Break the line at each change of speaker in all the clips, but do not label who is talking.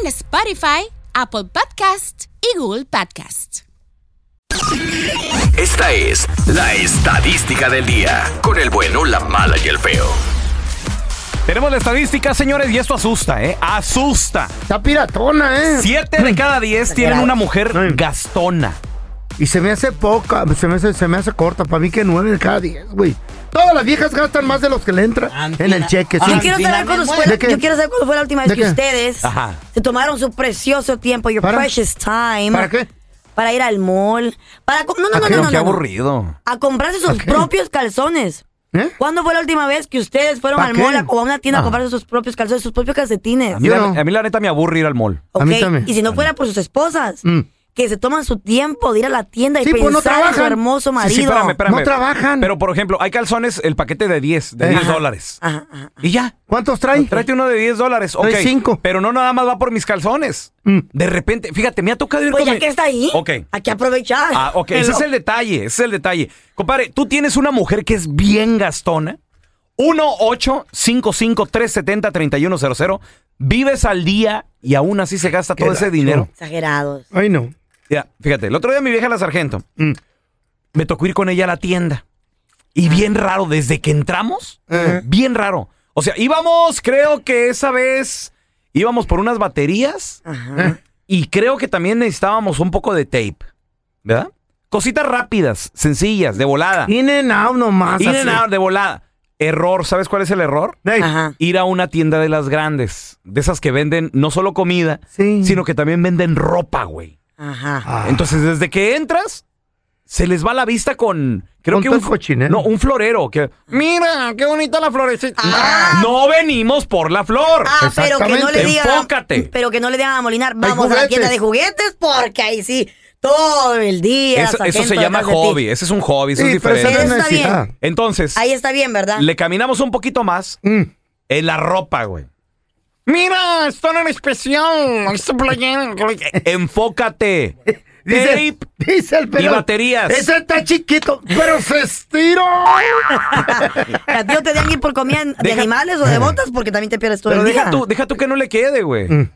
en Spotify, Apple Podcast y Google Podcast.
Esta es la estadística del día. Con el bueno, la mala y el feo.
Tenemos la estadística, señores, y esto asusta, ¿eh? Asusta.
Está piratona, ¿eh?
Siete de cada diez tienen una mujer gastona.
Y se me hace poca, se me hace, se me hace corta. Para mí que nueve de cada diez, güey. Todas las viejas gastan más de los que le entra en el cheque. sí.
Yo quiero, saber cuándo fue,
Ah, ¿De qué?
yo quiero saber cuándo fue la última
¿De
vez que
qué?
ustedes
Ajá.
se tomaron su precioso tiempo, your
¿Para?
precious time.
¿Para qué?
Para ir al mall. Para com- no, no, no, no,
Pero
no,
qué
no.
aburrido.
A comprarse sus propios calzones.
¿Eh?
¿Cuándo fue la última vez que ustedes fueron
¿Para
al
qué? Ah.
mall a- o a una tienda a comprarse sus propios calzones, sus propios calcetines?
A mí,
Yo
la-
no.
a mí la neta me aburre ir al mall.
a mí
Ok,
también.
Y si no fuera por sus esposas,
Mm.
que se toman su tiempo de ir a la tienda y
Sí, pues,
pensar
no
en su
trabajan.
hermoso marido.
Sí, sí, espérame, espérame.
No trabajan.
Pero, por ejemplo, hay calzones, el paquete de 10, de
Ajá.
10 dólares.
Ajá, ajá.
Y ya.
¿Cuántos trae?
Tráete uno de 10 dólares. Ok.
Trae cinco.
Pero no nada más va por mis calzones.
Mm.
De repente, fíjate, me ha tocado ir
Pues
con
ya
mi-
que está ahí,
Ok.
hay que aprovechar.
Ah, ok. Ese es el detalle, ese es el detalle. Compadre, tú tienes una mujer que es bien gastona. 1-855-370-3100. Vives al día y aún así se gasta todo ese
gacho.
dinero.
Exagerados.
Ay, no.
Ya, fíjate, el otro día mi vieja la sargento, mm, me tocó ir con ella a la tienda. Y bien raro, desde que entramos,
Ajá.
bien raro. O sea, íbamos, creo que esa vez íbamos por unas baterías
Eh,
Ajá.
y creo que también necesitábamos un poco de tape, ¿verdad? Cositas rápidas, sencillas, de volada.
In and out nomás.
In
así.
and out, de volada. Error, ¿sabes cuál es el error?
Ey,
Ajá.
Ir a una tienda de las grandes, de esas que venden no solo comida,
Sí.
sino que también venden ropa, güey.
Ajá.
Ah,
Entonces, desde que entras, se les va la vista con. Creo
Con
que
todo
un,
el cochinero.
No, un florero. Que, Mira, qué bonita la florecita. No venimos por la flor.
Ah, pero que no le
Ah, Exactamente.
digan.
Enfócate.
Pero que no le digan a Molinar, vamos a la
juguetes.
tienda de juguetes porque ahí sí, todo el día.
Eso, eso
sargento
se llama
detrás de ti.
hobby. Ese es un hobby, eso
sí,
es
pero esa
diferente.
no es
Eso está bien.
necesidad.
Entonces,
Ahí está bien, ¿verdad?
le caminamos un poquito más
Mm.
en la ropa, güey.
Mira, están en especial. Esta playera.
Enfócate.
Dice,
Tape.
dice el pelón.
baterías.
Ese está chiquito, pero se estiró.
¿A ti no te dejan ir por comida de
Deja-
animales o de botas? Porque también te pierdes todo
Pero
el
deja
día.
tú, deja tú que no le quede, güey.
Mm.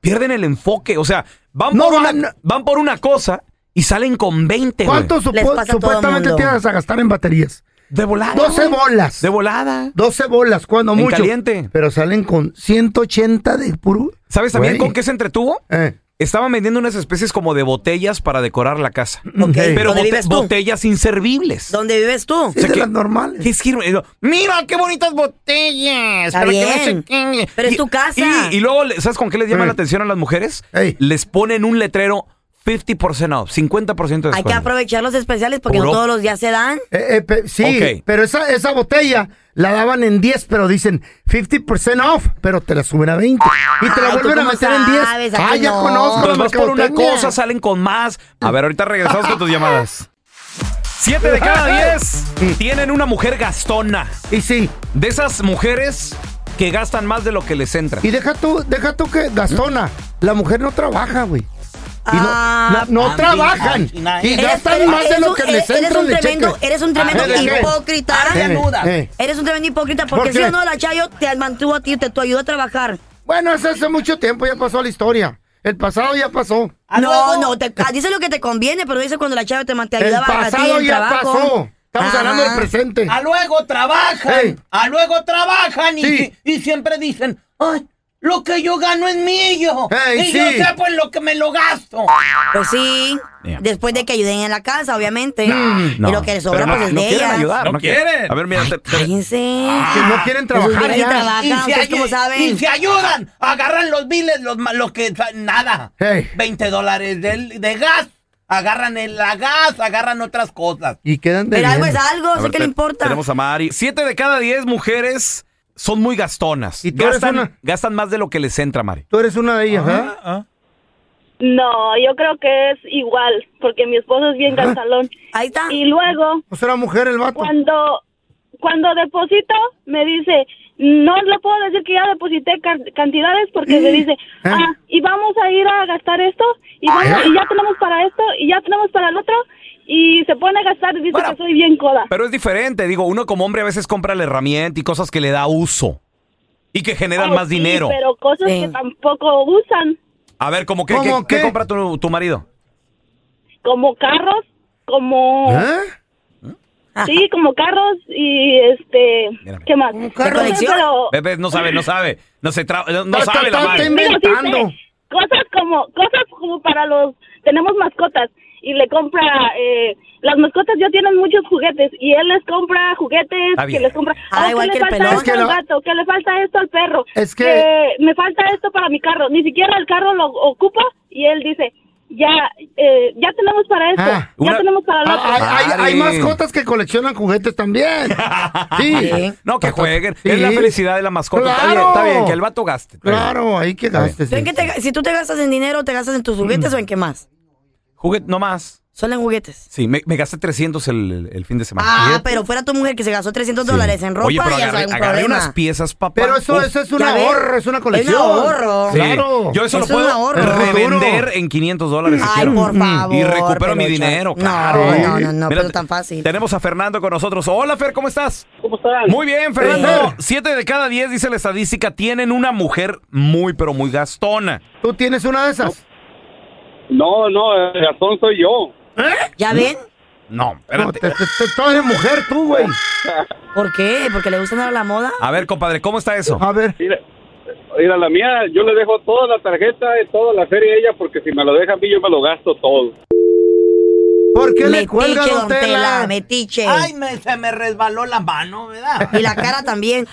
Pierden el enfoque. O sea, van,
No,
por,
van-
una, van por una cosa y salen con 20, güey.
¿Cuánto
Les
supo-
pasa a todo
supuestamente
mundo.
tienes a gastar en baterías?
De volada.
12
güey.
bolas.
De volada.
12 bolas, cuando
En
mucho.
caliente.
Pero salen con 180 de puro.
¿Sabes también
Güey.
con qué se entretuvo?
Eh.
Estaban vendiendo unas especies como de botellas para decorar la casa.
Ok,
Ey.
Pero bote-
¿Dónde vives tú?
botellas inservibles.
¿Dónde vives tú?
Sí,
sea
de
que-
las normales.
¿Qué es que- eh, no.
Mira, qué bonitas botellas.
Está
Para que no
bien.
se queñe.
Pero es
Y-
tu casa.
Y, y luego, le- ¿sabes con qué les llama
Mm.
Ey.
la atención a las mujeres?
Ey.
Les ponen un letrero 50% off, 50% de
Hay que
descuento.
aprovechar los especiales porque no
pues, Puro.
todos los días se dan.
Eh, eh, pe- sí,
Ok.
pero esa, esa botella la daban en 10, pero dicen 50% off, pero te la suben a 20. Y te la
Ay, Ah, ¿tú
vuelven a
cómo
meter en 10.
sabes? ¿A
Ah,
que
ya
no?
conozco.
Nos
la
vas por una
mercadotecnia.
cosa, salen con más. A ver, ahorita regresamos con tus llamadas. Siete de cada diez tienen una mujer gastona.
Y sí,
De esas mujeres que gastan más de lo que les entra.
y deja tú, deja tú que Gastona, la mujer no trabaja, güey. Y no,
Ah,
na- no trabajan. Y
Eres-
gastan
eres-
más de
eres
lo
un-
que
eres-
les
eres
entra
un
de
tremendo,
cheque.
eres un tremendo
Ah, ¿de qué?
hipócrita.
Eh, eh.
Eres un tremendo hipócrita porque
¿Por
si
qué?
o no, la Chayo te mantuvo a ti, te, te ayudó a trabajar.
Bueno, eso hace mucho tiempo, ya pasó la historia. El pasado ya pasó.
No, no, te, ah, dice lo que te conviene, pero dice cuando la Chayo te, man- te
El
ayudaba a ti
pasado
en el
ya
trabajo. Ah.
pasó. Estamos
Ajá.
hablando del presente.
A luego trabajan.
Ey.
Ah,
A luego trabajan. Y,
Sí.
si- y siempre dicen, ay,
Lo que yo gano es mío.
Ey,
y yo
sí.
sé pues lo que me lo gasto.
Pues sí.
Yeah.
Después de que ayuden en la casa, obviamente.
No,
y lo que le sobra,
pero no-
pues es
no
de
quieren
ellas.
ayudar,
No
quieren.
quieren.
A ver, mira, te- te-
Cállense.
Ah, Que
Ah,
no quieren
Esos
trabajar
vienen y
ya.
trabajan, Ah, ustedes
ayu-
como
y
saben.
se ayudan, agarran los biles, los, ma- lo que nada.
Ey.
20 dólares de, de gas, agarran el la gas, agarran otras cosas.
Y quedan de
Pero algo es
bien.
algo,
A
sé
ver,
que le
te-
importa.
Tenemos a Mari. Siete de cada diez mujeres son muy gastonas.
Y tú eres
gastan,
una.
gastan más de lo que les entra, Mari.
Tú eres una de ellas, ¿eh? ¿verdad?
No, yo creo que es igual, porque mi esposo es bien gastalón.
Ahí está.
Y luego,
Pues era mujer el vato.
cuando, cuando deposito, me dice, no le puedo decir que ya deposité can- cantidades, porque me dice, ah, y vamos a ir a gastar esto, y, vamos- y ya tenemos para esto, y ya tenemos para el otro, y se pone a gastar y dice
Bueno,
que soy bien coda.
Pero es diferente. Digo, uno como hombre a veces compra la herramienta y cosas que le da uso. Y que generan
Oh,
más
sí,
dinero.
Pero cosas
Sí.
que tampoco usan,
A ver, ¿cómo qué,
¿Cómo
qué- qué
qué?
compra tu, tu marido?
como carros, como...
¿Eh?
Sí, como carros y este...
Mírame.
¿Qué más?
carros?
No sé,
¿Colección?
pero-
Bebé, no sabe, no sabe. No se tra- no, no
Está-
sabe la
está-
Mari.
está
Pero sí
inventando.
sé, cosas como cosas como para los tenemos mascotas y le compra eh, las mascotas ya tienen muchos juguetes y él les compra juguetes
Está
que
bien.
les compra
Ah,
"Oh,
igual
que
que
le
el
falta
pelón.
esto
Es que
al
lo-
gato que le falta esto al perro Eh,
Es que-
me falta esto para mi carro ni siquiera el carro lo ocupa y él dice ya eh, ya tenemos para esto
Ah,
ya
una-
tenemos para lo
Ah,
otro
Hay, hay- hay
Mari.
mascotas que coleccionan juguetes también. Sí.
No, que jueguen. Es
Sí.
la felicidad de la mascota. Está bien,
Claro.
está bien, que el vato gaste. Está bien.
Claro, ahí que gastes.
Pero es que te- si tú te gastas en dinero, ¿te gastas en tus juguetes o en qué más?
Juguete, no más.
Solo en juguetes.
Sí, me, me gasté 300 el, el- el fin de semana.
Ah, pero fuera tu mujer que se gastó 300
Sí.
dólares en ropa
Oye, pero
y
agarré,
algún
agarré
problema.
unas piezas, papá.
Pero eso,
Uf,
eso es un
ya ves.
ahorro, es una colección.
Es un ahorro.
sí.
Claro.
Yo eso,
Eso
lo
es un
puedo
ahorro.
revender en 500 dólares. si
Ay,
quiero.
por favor.
"Mm, Y recupero mi
Peluchón.
dinero.
No,
claro.
no, no,
Mira,
no, pero tan fácil.
Tenemos a Fernando con nosotros. Hola, Fer, ¿cómo estás?
¿Cómo están?
Muy bien, Fernando. Siete de cada diez, dice la estadística, tienen una mujer muy, pero muy gastona.
¿Tú tienes una de esas?
no no el razón soy yo
¿Mm?
¿Ya ven?
No,
No,
espérate.
te, te- te- tú eres mujer, tú, güey.
¿Por qué? ¿Porque le gusta andar a la moda?
A ver, compadre, ¿cómo está eso?
A ver.
Mira, mira, la mía, yo le dejo toda la tarjeta, toda la serie a ella, porque si me lo deja a mí, yo me lo gasto todo.
¿Por qué le
metiche,
cuelga, don Tela?
metiche.
Ay, me, se me resbaló la mano, ¿verdad?
Y la cara también.